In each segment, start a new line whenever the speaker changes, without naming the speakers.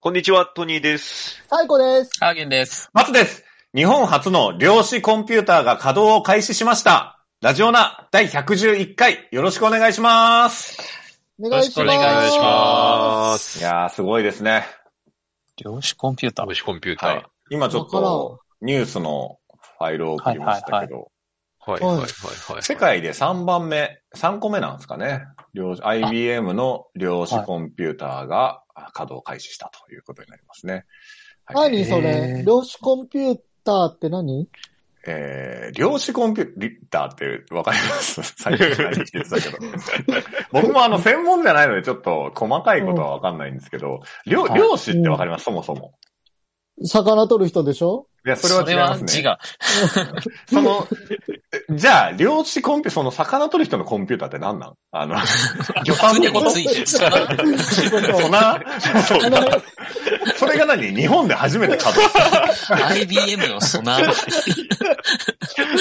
こんにちは、トニーです。
最高です。
ハーゲンです。
松です。日本初の量子コンピューターが稼働を開始しました。ラジオナ第111回、よろしくお願いします。
お願いします。
よろしくお願いします
いやー、すごいですね。
量子コンピューター
も。しコンピューター。
はい。今ちょっ
わから
と、ニュースのファイルを送りましたけど、
はいはい
はい、はい、はい、
はい
はい。
世界で3番目、3個目なんですかね。量子 IBM の量子コンピューターが稼働開始したということになりますね。はい
何そ
へ
れ
ー
量子コンピューターって何
えー、量子コンピューターってわかり ます最近何してたけど。僕もあの、専門じゃないので、ちょっと細かいことはわかんないんですけど、量
はい
量子ってわかります、そもそも。
魚取る人でしょ
いや、それは違いますね。
字が。
その、えじゃあ、量子コンピューター、その魚取る人のコンピューターって何なんあ の、魚
普通にご
の
ついですから。
そうな、そうな。それが何日本で初めて稼働した
IBM のソナー。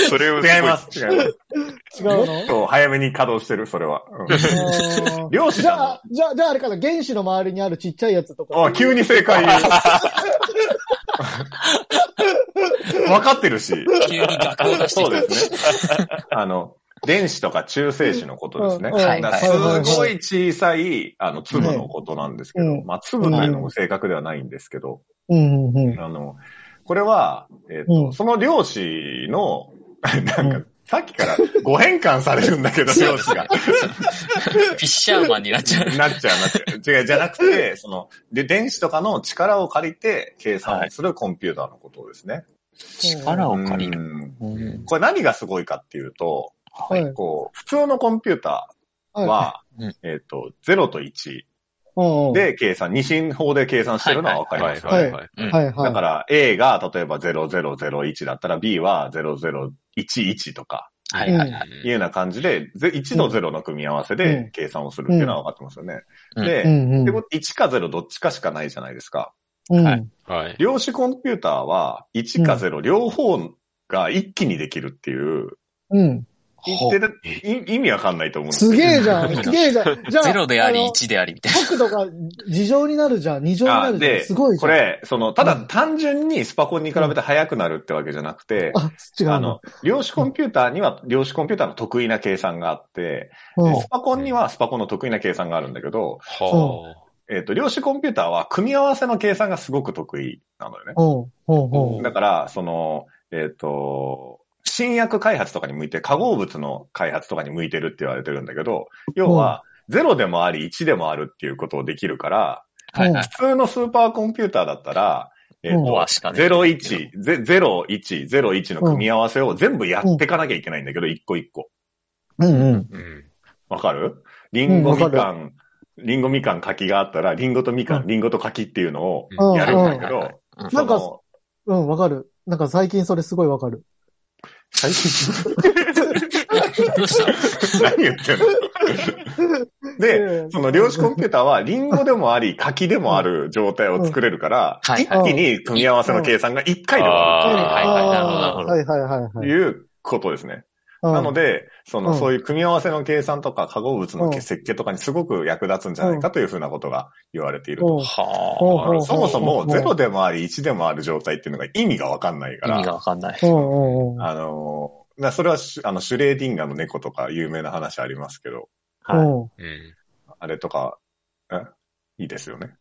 そ れを
違いま。す。違います。
違うの
もっと早めに稼働してる、それは。
あ
うん
ー
漁師
じ
なの
ゃあ、じゃあ、じゃああれかな原子の周りにあるちっちゃいやつとか。
あ、急に正解。 わかってるし。
急に学を出し
そ
てき
う
た。
ですね。あの、電子とか中性子のことですね。
うんうん
はい
だからすごい小さい、あの、粒のことなんですけど、
うん
まあ、粒というのも正確ではないんですけど、
うんうんうん。
あの、これは、えっ、と、
うん
その量子の、なんか、
うん
さっきから誤変換されるんだ けど、量子が。
フィッシャーマンになっちゃう。
なっちゃう、なっちゃう。違う、じゃなくて、その、で、電子とかの力を借りて計算をするコンピューターのことをですね。
力を借りる。
うん
うん
これ何がすごいかっていうと、
はい。はい
こう、普通のコンピューターは、
いうん
えっ、と、0と1
うんうん、
で計算、二進法で計算してるのはわかり
は
ま
い、
す。
はい、はい。
うん
はいはい。
だから、A が例えば0001だったら B は0011とか、
はいはいはい。
いうような感じで、ぜ1の0の組み合わせ
うん
で計算をするっていうのは分かってますよね。
うん
で、
うんうん
ってこと1か0どっちかしかないじゃないですか。
うん
はい
はい。
量子コンピューターは1か0両方が一気にできるっていう、
うん。
ほ
でい意味わかんないと思うんです
す
よ
げえじゃん。すげえじゃん。じゃあ、
ゼロであり、
の
1であり、みたい
角度が二乗になるじゃん。二乗になるじゃん。
です
ごいじゃん。
こ、れ、その、ただ
うん
単純にスパコンに比べて速くなるってわけじゃなくて、
あ、違う
あ
の
の。、量子コンピューターには量子コンピューターの得意な計算があって、
う
で
ん
スパコンにはスパコンの得意な計算があるんだけど、
は
えっ、と、量子コンピューターは組み合わせの計算がすごく得意なのよね。
うんうんうん
だから、その、えっ、と、新薬開発とかに向いて、化合物の開発とかに向いてるって言われてるんだけど、要は、0でもあり1でもあるっていうことをできるから、
な。はいはい。
普通のスーパーコンピューターだったら、えっ、
うん
フォ
と
ア、しかね。
01、ゼ01、01の組み合わせを全部やっていかなきゃいけないんだけど、一個一個。
うんうん。
い。うん。
わかるリンゴみ
うんわ
かん、リンゴみかん柿があったら、リンゴとみか、
うん
リンゴと柿っていうのを
うん
やるんだけ
うん
ど、
う
そ
ん
の
なんかうん、わかる。なんか最近それすごいわかる。
最近、
どうした
何言ってんので、
で
その量子コンピューターは、リンゴでもあり、柿でもある状態を作れるから、
うんはい
一気に組み合わせの計算が1回で終
タ
わ
あ
はいはいなるほどなるほど
はいはい
る
はいは
と
い。
いうことですね。
な
なの、で、その、
うん
そういう組み合わせの計算とか、化合物の
うん
け設計とかにすごく役立つんじゃないかというふうなことが言われていると。
は
うん
そもそも
うん
0でもあり1でもある状態っていうのが意味がわかんないか
あ。意味が
ら、
わかんない。
うんうんうん。
あのー、なそれはシュあのシュレーディンガーの猫とか有名な話ありますけど、
はい。
うん
うん。
あれとか、えいいですよね。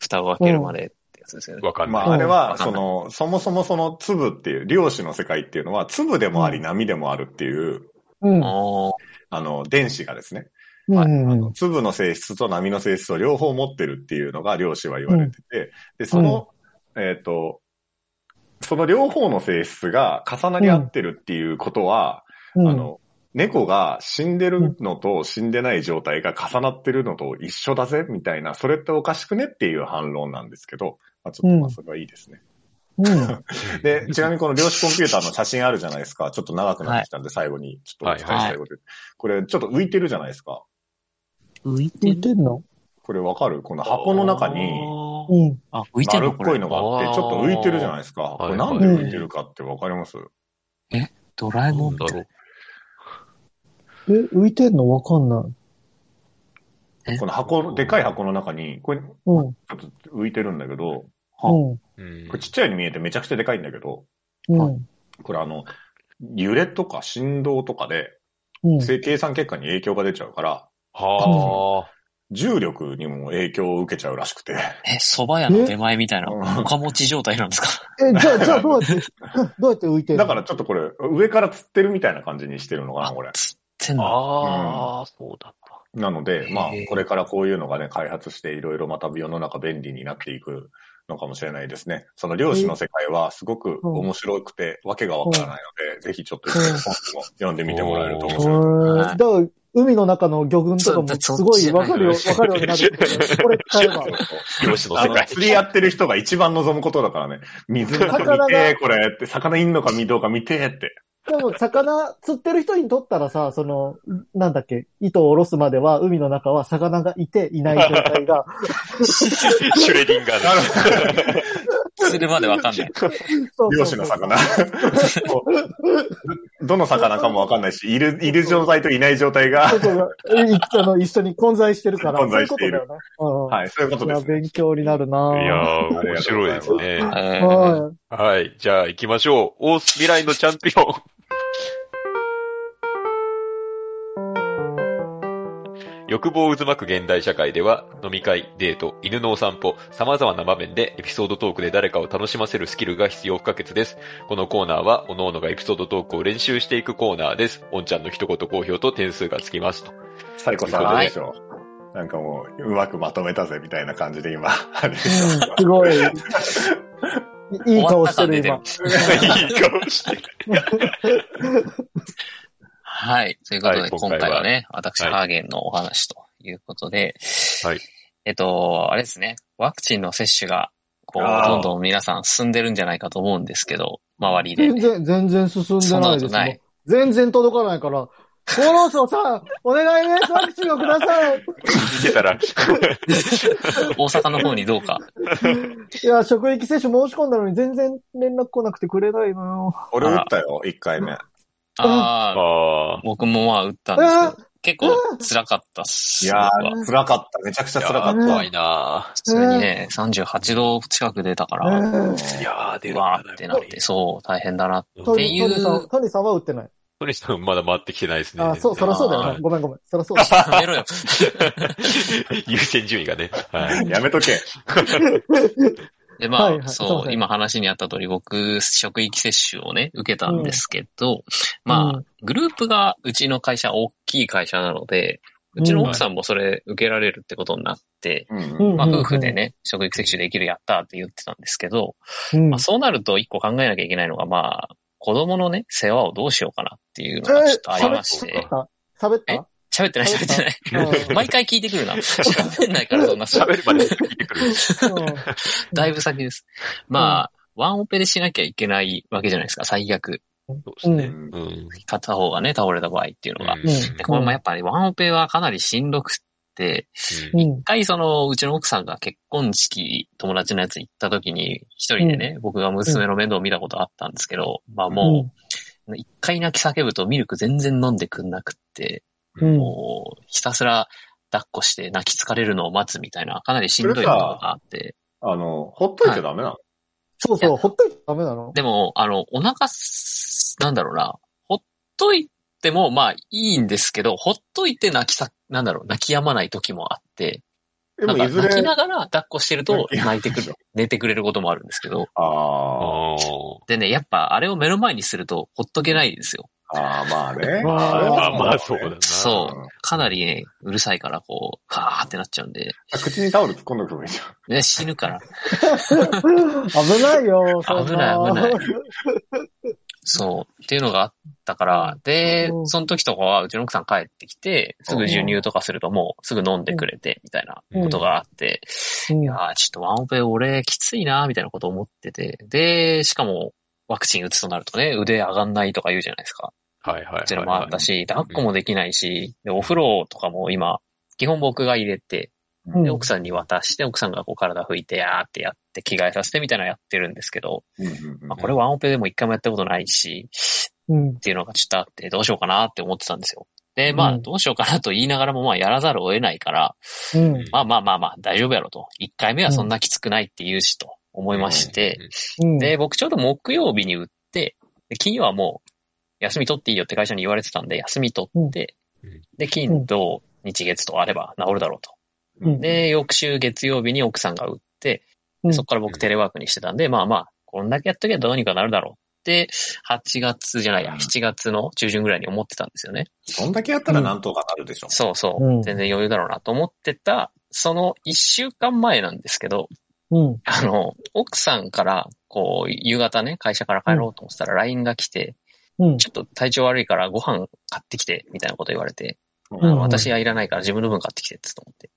蓋を開けるまでってやつですよね。
わかん
ま
ない。
あ、あれ
わ
は、
か
そ
んない
の、そもそもその粒っていう、量子の世界っていうのは、粒でもあり波でもあるっていう、
うん
おー
あの、電子がですね、
うん
あ
うんう
の
ん
粒の性質と波の性質を両方持ってるっていうのが量子は言われてて、で、その、えっ、と、その両方の性質が重なり合ってるっていうことは、あの、猫が死んでるのと死んでない状態が重なってるのと一緒だぜ、みたいな、それっておかしくねっていう反論なんですけど、まあ、ちょっとまあそれはいいですね。
うん
で、ちなみにこの量子コンピューターの写真あるじゃないですか。ちょっと長くなってきたんで最後にちょっとお伝えしたいこと。これちょっと浮いてるじゃないですか。
浮い
似てんの
これわかるこの箱の中に、
うん。
あ、浮いてる
丸っこいのがあって、ちょっと浮いてるじゃない
い
ですか。
あー
これなんで浮いてるかってわかります、
ドラえもんみたい
なんだろう
え、浮いてんのわかんない。
ええ
この箱の、でかい箱の中に、これ、ち
うん、うん、
ょっと浮いてるんだけど、
うん、
うん
これちっちゃいように見えてめちゃくちゃでかいんだけど、
うん、
これあの、揺れとか振動とかで、
うん。
せ計算結果に影響が出ちゃうから、
はあ。
重力にも影響を受けちゃうらしくて。
え、蕎麦屋の出前みたいな、
うん
おか持ち状態なんですか
え、じゃあ、じゃあ、どうやって、 どうやって浮いてるの
だからちょっとこれ、上から釣ってるみたいな感じにしてるのかな、これ。
つってんの。
ああ、そうだった。
なので、まあ
へえ、
これからこういうのがね、開発していろいろまた世の中便利になっていくのかもしれないですね。その漁師の世界はすごく面白くて、わけがわからないので、ぜひちょっと本も読んでみてもらえると面白い。
へー
はい
だから、海の中の魚群とかもすごいわかるよ、
そ
わかるようにな るから、これ使えば。
漁師の
あ
世
の、
界。
釣りやってる人が一番望むことだからね。水の中見て、これって、魚いんのか見どうか見てって。
でも、魚、釣ってる人にとったらさ、その、なんだっけ、糸を下ろすまでは、海の中は魚がいて、いない状態が、
シュレディンガーだ。
釣るまでわかんない。
そうそう
漁
そ
師
う
の魚。 どの魚かもわかんないし、いる、いる状態といない状態が
そ、うそうえいあの、一緒に混在してるから、
混在してい
そうい
る
うことだよね。
はい、そういうこ
う
と
ん。
で
いや、
すね。
勉強になるないい
やー、面白いですね。
えー
は
はい。じゃあ行きましょう。オース未来のチャンピオン。欲望渦巻く現代社会では、飲み会、デート、犬のお散歩、様々な場面でエピソードトークで誰かを楽しませるスキルが必要不可欠です。このコーナーは、各々がエピソードトークを練習していくコーナーです。おんちゃんの一言好評と点数がつきますと。
サイコさんあれでしょ。なんかもう、うまくまとめたぜ、みたいな感じで今、あれで
い。
しょ。
うんすごい。いいい顔してる、
終わ
今
ったかね。
いい顔してる。
はい。ということで、
は
今
い今
回
回は
はね、私、
はい
ハーゲンのお話ということで、
はい。
えっと、あれですね、ワクチンの接種が、こう、
あー
どんどん皆さん進んでるんじゃないかと思うんですけど、周りで
全。然、全然進んでないで
そんなこと
す
ない
もう全然届かないから、厚労省さん、お願いね、ワクチンをください。
聞けたら、
大阪の方にど うか。
いや、職域接種申し込んだのに全然連絡来なくてくれないのよ。
俺打ったよ、一回目。
ああ、
ああ、
僕もまあ打ったんですけど、結構辛かったっす。
いや
僕は
ー、辛かった。めちゃくちゃ辛か
いやー
っ
怖いな
普通にね、38度近く出たから、
うん
ぁ。
た。
いやー、出
う
る
わーってなって、そう、大変だな。
ト
って
ニ
いう
トニさん、トニさんは打ってない。
トニーさんまだ回ってきてないですね。
あ、そう、そらそうだよ
あ
ね。ごめんごめん。そらそうだ。
やめろよ。
優先順位がね。はい。
やめとけ。
で、まあ、
はいはいそう
そ、
そうう
今話にあった通り、僕、職域接種をね、受けたんですけど、まあ、
うん
グループがうちの会社、大きい会社なので、うちの奥さんもそれ受けられるってことになって、
うん。
まあ、
うんうん
夫婦でね、職域接種できるやったーって言ってたんですけど、
うん
まあ、そうなると一個考えなきゃいけないのが、まあ、子供のね、世話をどうしようかなっていうのがちょっとありまし
喋
て
っ、た喋っ
え
た
喋ってない喋ってない。毎回聞いてくるな。喋んないから、 そんな。
喋るまで聞いてくる。
うんうん
だいぶ先です。まあ、ワンオペでしなきゃいけないわけじゃないですか、最悪。
そうですね。
う
うん。
片方がね、倒れた場合っていうのが。
うん
で、これもやっぱり、ワンオペはかなりしんどくって、
う
うん
ん
一回その、うちの奥さんが結婚式、友達のやつ行った時に、一人でね、僕が娘の面倒を見たことあったんですけど、まあもう、一回泣き叫ぶとミルク全然飲んでくんなくって、
うん
もう、ひたすら抱っこして泣き疲れるのを待つみたいな、かなりしんどいことがあって、
あの、ほっといてダメなの
そうそう、ほっといてダメなの
でも、あの、お腹す、なんだろうな、ほっといても、まあ、いいんですけど、ほっといて泣きさ、なんだろう、泣き止まない時もあって、
で
なん
も
か
いず
泣き
れ、
ながら抱っこしてると
泣き
泣いてくる、寝てくれることもあるんですけど、
あー
あ
でね、やっぱあれを目の前にすると、ほっとけないんですよ。
あー、 まあね。
あ。
ま
まあ
あ
まあ、そうだな。
そう
うん
かなりね、うるさいから、こう、はーってなっちゃうんで、
口にタオル突っ込んでくるじゃ
ね、死ぬから。
危ないよ、そん
危ない危ない。そう。っていうのがあったから、で
う、ん
その時とかはうちの奥さん帰ってきて、すぐ授乳とかするともうすぐ飲んでくれて、みたいなことがあって、
うん
いやーちょっとワンオペ俺きついな、みたいなこと思ってて、で、しかも、ワクチン打つとなるとね、腕上がんないとか言うじゃないですか。
はいはい。
こちらもあったし、抱っこもできないし、で、お風呂とかも今、基本僕が入れて、
うん
で、奥さんに渡して、奥さんがこう体拭いて、やーってやって、着替えさせてみたいなのやってるんですけど、
ん。うんうんうん
まあ、これワンオペでも一回もやったことないし、
うん
っ。ていうのがちょっとあって、どうしようかなって思ってたんですよ。で、ま
う
あ、
ん
どうしようかなと言いながらも、まあ、やらざるを得ないから、
うん。
まあまあまあまあ、大丈夫やろと。一回目はそんなきつくないって言うし、と思いまして、
うん。
で、僕ちょうど木曜日に売って、で金曜はもう、休み取っていいよって会社に言われてたんで、休み取って、
うん
で、
うん
金、土、日月とあれば治るだろうと。
うん
で、翌週月曜日に奥さんが売って、
うん
そこから僕テレワークにしてたんで、まあまあ、こんだけやっとけばどうにかなるだろうって、8月じゃないや、7月の中旬ぐらいに思ってたんですよね。
そんだけやったらなんとかなるでしょ。
そうそうう。
ん
全然余裕だろうなと思ってた、その1週間前なんですけど、
うん。
あの、奥さんから、こう、夕方ね、会社から帰ろうと思ってたら LINE が来て、
うん。
ちょっと体調悪いからご飯買ってきて、みたいなこと言われて、
う
あ
ん
の私はいらないから自分の分買ってきてって思って。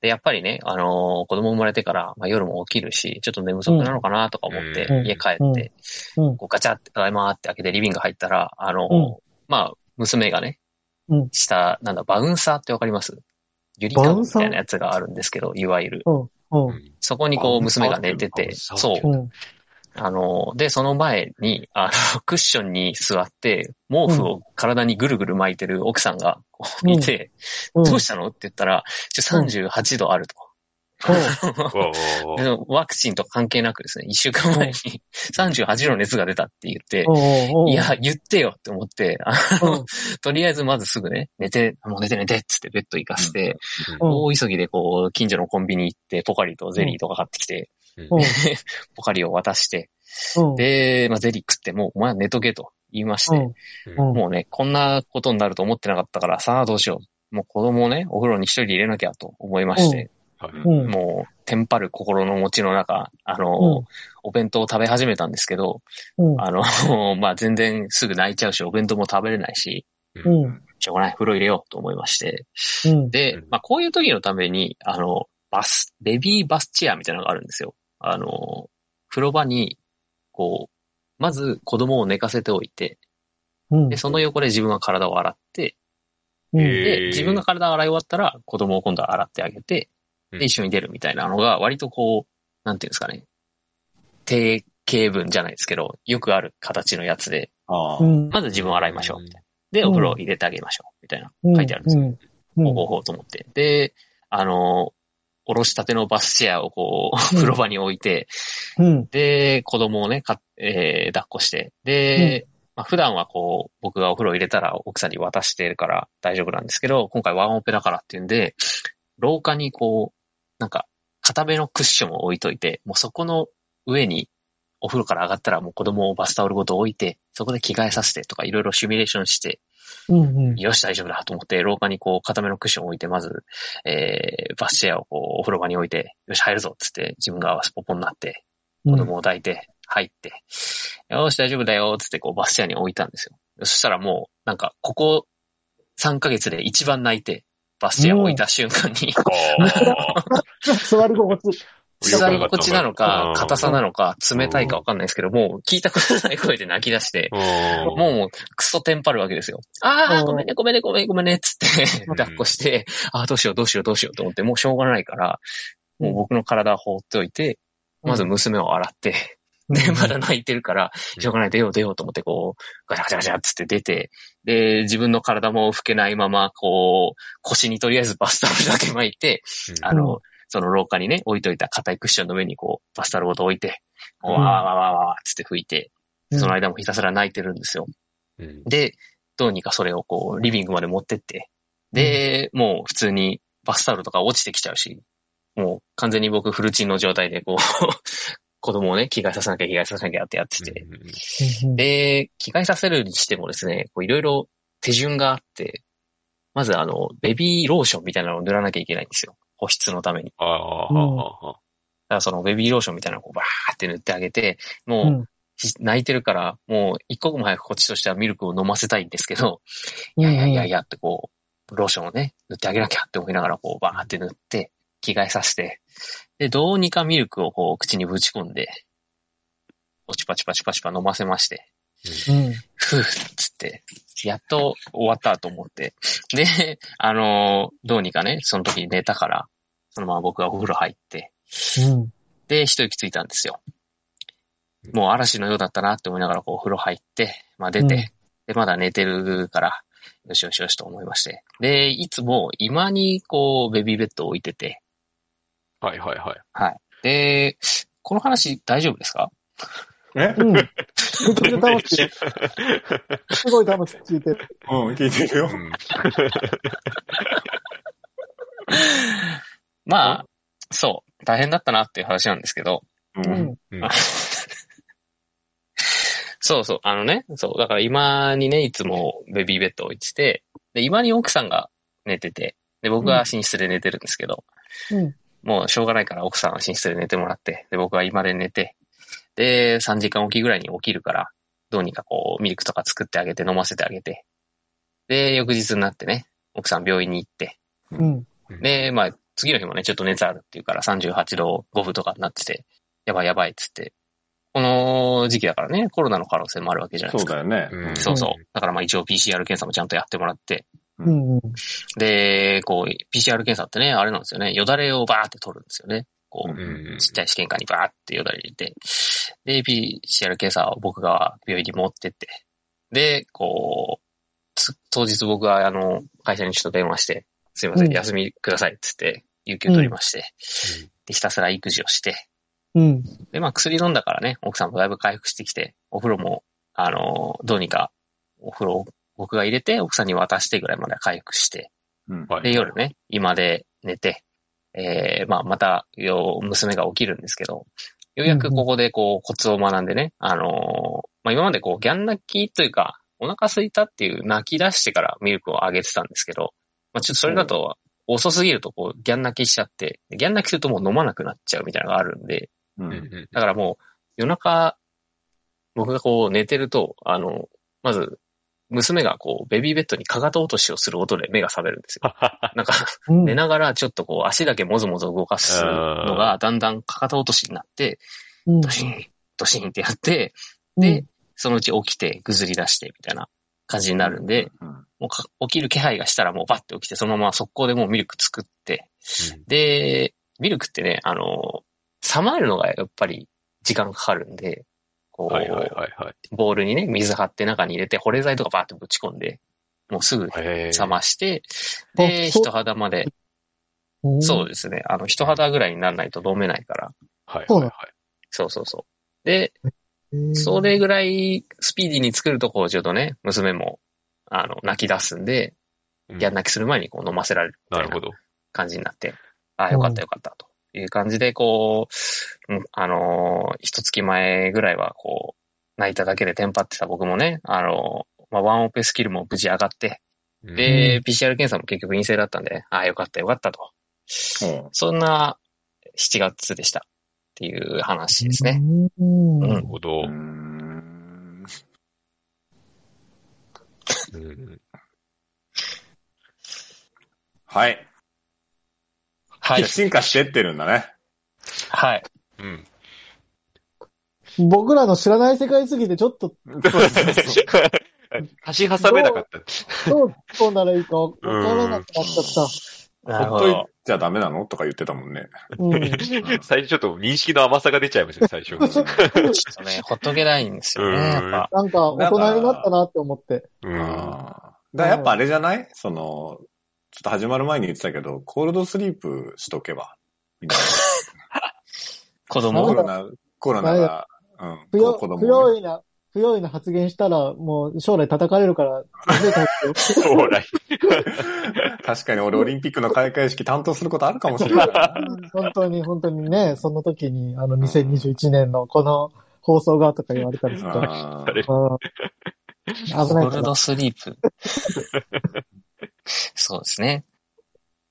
で、やっぱりね、あのー子供生まれてから、まあ、夜も起きるし、ちょっと寝不足なのかなとか思って、
うん
家帰
う
っ
ん
て、
うん
こうガチャって、ただいまーって開けてリビング入ったら、あのー
うん
まあ、娘がね、
うん
下、なんだ、バウンサーってわかりますゆりかごみたいなやつがあるんですけど、いわゆる。
うん。うん。
そこにこ
バウ
う
ンサー
娘が寝て
バウ
て、
ンサー
そう
う。ん。
あの、で、その前に、あの、 クッションに座って、毛布を体にぐるぐる巻いてる奥さんがこう
うん
いて、
うん。
どうしたのって言ったら、ちょ38度あると。
おーおーおー
でワクチンと関係なくですね、1週間前に38度の熱が出たって言って、
おう
いや、、言ってよって思って、あ
うん
とりあえずまずすぐね、寝て、もう寝て寝てっつってベッド行かせて、
うん
大急ぎでこう、近所のコンビニ行って、ポカリとゼリーとか買ってきて、
うん。
ポカリを渡して、
うん。
で、まあ、ゼリー食って、もうお前は寝とけと言いまして、
うん。
もうね、こんなことになると思ってなかったから、さあどうしよう。もう子供をね、お風呂に一人で入れなきゃと思いまして、
う
は
ん。
もう、テンパる心の持ちの中、あの、
うん
お弁当を食べ始めたんですけど、
うん。
あの、 まあ、全然すぐ泣いちゃうし、お弁当も食べれないし、
う
い
ん。
しょうがない、風呂入れようと思いまして。
うん。
で
う、ん
まあ、こういう時のために、あの、バス、ベビーバスチェアみたいなのがあるんですよ。あの、風呂場に、こう、まず子供を寝かせておいて、
うん
で、。その横で自分は体を洗って、
うん。
へー
で、自分が体を洗い終わったら、子供を今度は洗ってあげて、
うん
で、一緒に出るみたいなのが、割とこう、なんていうんですかね、定型文じゃないですけど、よくある形のやつで、
ああ
うん。
まず自分を洗いましょう、みたいな。
う
で、
ん
お風呂を入れてあげましょう、みたいな、
うん
書いてあるんですよ。
うん。
ほうほうほうと思って。で、あの、おろしたてのバスチェアをこう、
うん
風呂場に置いて、
うん。
で、子供をね、かえー抱っこして。で、まあ、普段はこう、僕がお風呂入れたら奥さんに渡してるから大丈夫なんですけど、今回ワンオペだからっていうんで、廊下にこう、なんか、片目のクッションを置いといて、もうそこの上に、お風呂から上がったらもう子供をバスタオルごと置いて、そこで着替えさせてとかいろいろシミュレーションして、
うん。
よし、大丈夫だと思って、廊下にこう、固めのクッションを置いて、まず、えー、バスチェアをこう、お風呂場に置いて、よし、入るぞっつって、自分がスポポになって、
うん
子供を抱いて、入って、よし、大丈夫だよっつって、こう、バスチェアに置いたんですよ。そしたらもう、なんか、ここ3ヶ月で一番泣いて、バスチェアを置いた瞬間に、
座り心地。
座り心地なの
う
か
ん、
硬さなのか、冷たいかわかんないですけど、もう、聞いたことない声で泣き出して、
も
もう、クソテンパるわけですよ。あ
う
あ、
ん
ごめんね、ごめんね、ごめんね、ごめんね、つ って、
うん
抱っこして、ああ、どうしよう、どうしよう、どうしようと思って、もうしょうがないから、もう僕の体を放っておいて、まず娘を洗って、で、まだ泣いてるから、
うん
しょうがない、出よう、出ようと思って、こう、ガチャガチャガチャっつって出て、で、自分の体も拭けないまま、こう、腰にとりあえずバスタオルだけ巻いて、
うん
あの、
う
その廊下にね、置いといた硬いクッションの上に、こう、バスタオルごと置いて、
ん
わーわーわーわーわーっつって拭いて、
うん
その間もひたすら泣いてるんですよ。
う、うん
で、どうにかそれをこう、リビングまで持ってって、で、もう普通にバスタオルとか落ちてきちゃうし、もう完全に僕フルチンの状態でこう、 子供をね、着替えさせなきゃ着替えさせなきゃってやってて、で、着替えさせるにしてもですね、こういろいろ手順があって、まずあの、ベビーローションみたいなのを塗らなきゃいけないんですよ。保湿のために。
ああ、ああ、
だからそのベビーローションみたいなのをこうバーって塗ってあげて、もう、
うん
ひ泣いてるから、もう一刻も早くこっちとしてはミルクを飲ませたいんですけど、
うん
いやいやいやいやってこう、ローションをね、塗ってあげなきゃって思いながらこうバーって塗って、着替えさせて、で、どうにかミルクをこう口にぶち込んで、おチュパチュパチュパチュパ飲ませまして、
うん。
ふぅ、つって、やっと終わったと思って。で、あのーどうにかね、その時寝たから、そのまま僕がお風呂入って、
うん。
で、一息ついたんですよ。もう嵐のようだったなって思いながら、こう、お風呂入って、まあ出て、
うん
で、まだ寝てるから、よしよしよしと思いまして。で、いつも今にこう、ベビーベッドを置いてて、
はいはいはい。
で、この話大丈夫ですか
え
うん。めちゃくちゃ楽しい。すごい楽しく聞いてる。
うん、聞いてるよ
う。ん
まあ、そう、大変だったなっていう話なんですけど、
う。
うんん。
そうそう、あのね、そう、だから今にね、いつもベビーベッドを置いてて、で、今に奥さんが寝てて、で、僕は寝室で寝てるんですけど、
うん。
もうしょうがないから奥さんは寝室で寝てもらって、で、僕は今で寝て、で、3時間おきぐらいに起きるから、どうにかこう、ミルクとか作ってあげて飲ませてあげて、で、翌日になってね、奥さん病院に行って、
うん。
で、まあ、次の日もね、ちょっと熱あるっていうから、38度5分とかになってて、やばいやばいっつって、この時期だからね、コロナの可能性もあるわけじゃないで
そう
すか。
だよね。
うん
そうそう。だからまあ一応 PCR 検査もちゃんとやってもらって、
うん。うん。
で、こう、PCR 検査ってね、あれなんですよね、よだれをバーって取るんですよね。こう、
うん
うん
ちっちゃい試験管にバーってよだれ入れて、で、PCR 検査を僕が病院に持ってって、で、こう、つ当日僕はあの、会社にちょっと電話して、すいません、
うん
休みくださいっつって、有給取りまして、で、ひたすら育児をして、
うん。
で、まあ薬飲んだからね、奥さんもだいぶ回復してきて、お風呂も、あの、どうにか、お風呂を僕が入れて、奥さんに渡してぐらいまでは回復して、
うん。
はい
で、夜ね、今で寝て、えー、まあ、また、よ、娘が起きるんですけど、ようやくここでこう、コツを学んでね、あのーまあ、今までこう、ギャン泣きというか、お腹空いたっていう泣き出してからミルクをあげてたんですけど、まあ、ちょっとそれだと、遅すぎるとこう、ギャン泣きしちゃって、ギャン泣きするともう飲まなくなっちゃうみたいなのがあるんで、
う。
うんうんん
だからもう、夜中、僕がこう寝てると、あの、まず、娘がこう、ベビーベッドにかかと落としをする音で目が覚めるんです よ。なんか、
うん。
寝ながらちょっとこう、足だけもぞもぞ動かすのが、だんだんかかと落としになって、
うん
ドシン、ドシンってやって、
うん
で、そのうち起きて、ぐずり出して、みたいな感じになるんで、
うん。
もうか起きる気配がしたらもうバッて起きて、そのまま速攻でもうミルク作って、で、ミルクってね、あの、冷まるのがやっぱり時間かかるんで、こう、
はいはいはいはい。
ボールにね、水張って中に入れて、保冷剤とかバーってぶち込んで、もうすぐ
へー
冷まして、
あ
で、
そう
人肌まで、
うん
そうですね、あの、人肌ぐらいにならないと飲めないから、
はい
そう
はい
な
は
の
い。
そうそうそう。で、
うん
それぐらいスピーディーに作ると、こう、ちょっとね、娘も、あの、泣き出すんで、
うん
やん泣きする前にこう飲ませられるみ
な
たい
る
な
ほど。
感じになって、ああ、よかったよかったという感じで、こう、うんあのー、一月前ぐらいは、こう、泣いただけでテンパってた僕もね、あのー、まあ、ワンオペスキルも無事上がって、で、PCR 検査も結局陰性だったんで、ああ、よかったよかったと。
うん
そんな7月でしたっていう話ですね。。
うん。
う
うんなんるほど
う。ん。
うん
はい。
はい。
進化してってるんだね。
はい。
うん。
僕らの知らない世界すぎて、ちょっと、
足挟めなかった。
どう突っ込んだらいいかわからなくなっちゃった。
なる
ほ
ほ
っとい
ど。
ちゃダメなのとか言ってたもんね。
うん。
最初ちょっと認識の甘さが出ちゃいましたね、最初。
ちょっとね、ほっとけないんですよね、
うん
やっぱ。
なんか、大人になったなって思って。
う
うん
ん。
だからやっぱあれじゃないその、ちょっと始まる前に言ってたけど、コールドスリープしとけば。みたい
子
な
供
コ
そう
ロ
だ
ナ、コロナが、うん、こ
不用
う子供
不
を
用
ね
意な、不用意な発言したら、もう将来叩かれるから、 やめたんですよ
将来。
確かに俺オリンピックの開会式担当することあるかもしれない。
本当に、本当にね、その時に、あの、2021年のこの放送がとか言われたりすると、うん
あ
あれ
危
ゴ
ない
ー
から。
ルドスリープ。 そうですね。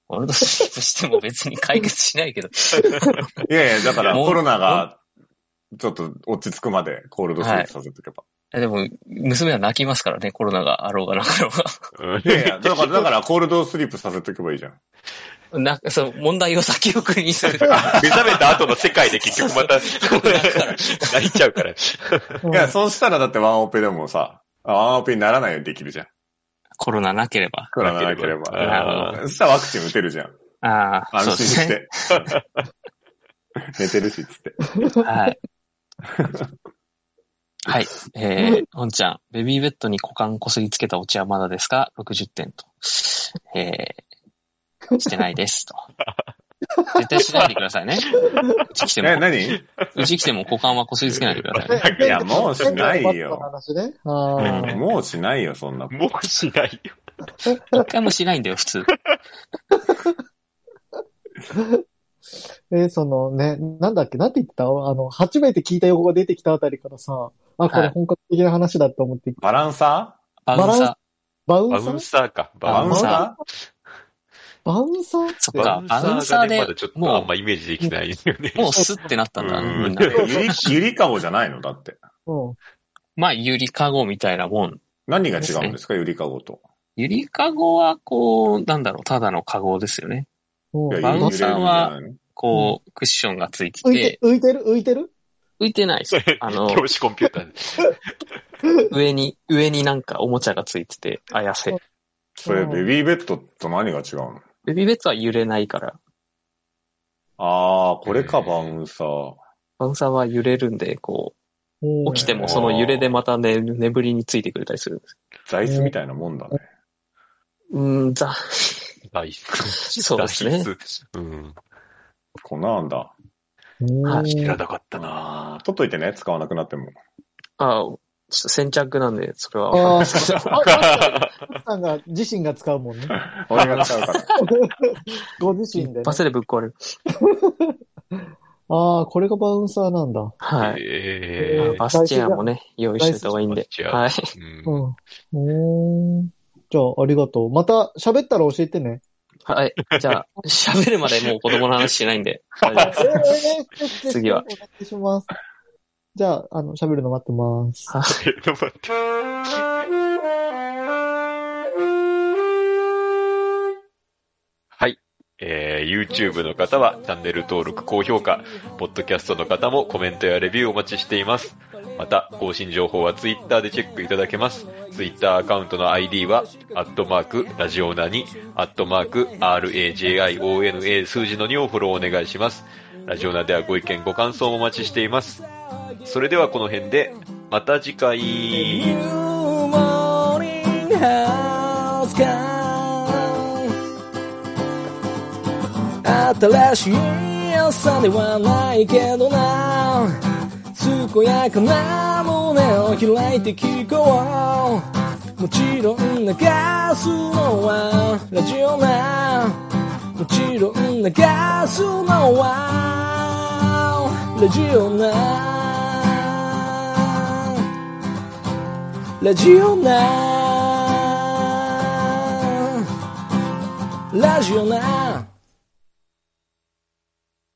ゴールドスリープしても別に解決しないけど。
ーいやいや、だから
もう
コロナが、ちょっと落ち着くまでコールドスリープさせとけば。
えでも、娘は泣きますからね、コロナがあろうがなかろう
うん
い、やいや、だから、だからコールドスリープさせとけばいいじゃん。
が。な、その問題を先送りにする。
目覚めた後の世界で結局また、泣いちゃうから。
うん
いや、そうしたらだってワンオペでもさ、あワンオペにならないようにできるじゃん。
コロナなければ。
コロナなければ。
な
るほ
そしたらワクチン打てるじゃん。
ああ、そ
安
うで
心し
すね。
て。寝てるし、つって。
はい。はい。えー、おんちゃん、ベビーベッドに股間こすりつけたオチはまだですか ?60 点と。えー、してないですと。絶対しないでくださいね。うち来て
え、
も、
何
うち来ても股間はこすりつけないでく ださいね。
い
やもうしないよ
話ね。あー
もうしないよ、そんな。
もうしないよ。
一回もしないんだよ、普通。
で、そのね、なんだっけ、なんて言ってたあの、初めて聞いた用語が出てきたあたりからさ、あ、こ
は
れ
い
本格的な話だと思って、
バランサ
バウンサー。
バウ
バ
ンサ
ウン
ー
サーか。
ーバ
バ
ウ
ウ
ン
ンサー。
サ
バウンサー
そっ
バ
か
ウ、ンサ
バウン
ー
サ
が
ー
ね、ま
で
だちょっ、とあん
も
まイメージできないよね。
う、もうスってなったんだ、
うん
みんな
ーゆり、ゆりかごじゃないのだって。
うん。
まあ、ゆりかごみたいなもん。
何が違うんですか、ゆりかごと。
ゆりかごは、こう、なんだろう、ただのかごですよね。
うん
いや
バウンサー
揺
は
れるんじ
こう、クッションがついて
浮いて
て、、
浮いてる浮いてる
浮いてないです
それ、
あの、
教師コンピューターで。
上に、上になんかおもちゃがついてて、あやせ。
ゃないのそれ、ベビーベッドと何が違うの
ベビーベッドは揺れないから、
ああ、これ
う
か、
ん
バウンサー。
バウンサーは揺れるんで、こ
うん
う、起きてもその揺れでまたね、眠りについてくれたりするんです。
座椅子みたいなもんだね。
うーん、ざ、
ダイス。
そうですね
ダイス。うん。
こんなんだ。
うん
はい
知らなかったな
ああ、取っといてね、使わなくなって も。
あ、ちょっと先着なんで、それはわかん
あ
ない
あ、あ、マスさんが自身が使うもんね。
俺が使うから。
ご自身で、ね
一。発でぶっ壊れる。
ああ、これがバウンサーなんだ。
はい。
え
ー
あ
ー
バスチェアもね、用意しといた方がいいんで
バスチ。ェア
はい。
う
うんん。うーん。じゃあ、ありがとう。また喋ったら教えてね。
はい。じ ゃあ、喋るまでもう子供の話しないんで。大丈夫 です次は
お願いします。じゃあ、あの、喋るの待ってます。
ちょっと待ってはい。えー、YouTube の方はチャンネル登録、高評価、ポッドキャストの方もコメントやレビューお待ちしています。また、更新情報は Twitter でチェックいただけます。Twitter アカウントの ID は、アットマーク、ラジオナに、アットマーク、RAJIONA 数字の2をフォローお願いします。ラジオナではご意見、ご感想もお待ちしています。それではこの辺で、また次回。
New morning house come 新しい朝ではないけどな健やかな胸を開いて聞こうもちろん流すのはラジオなもちろん流すのはラジオなラジオなラジオな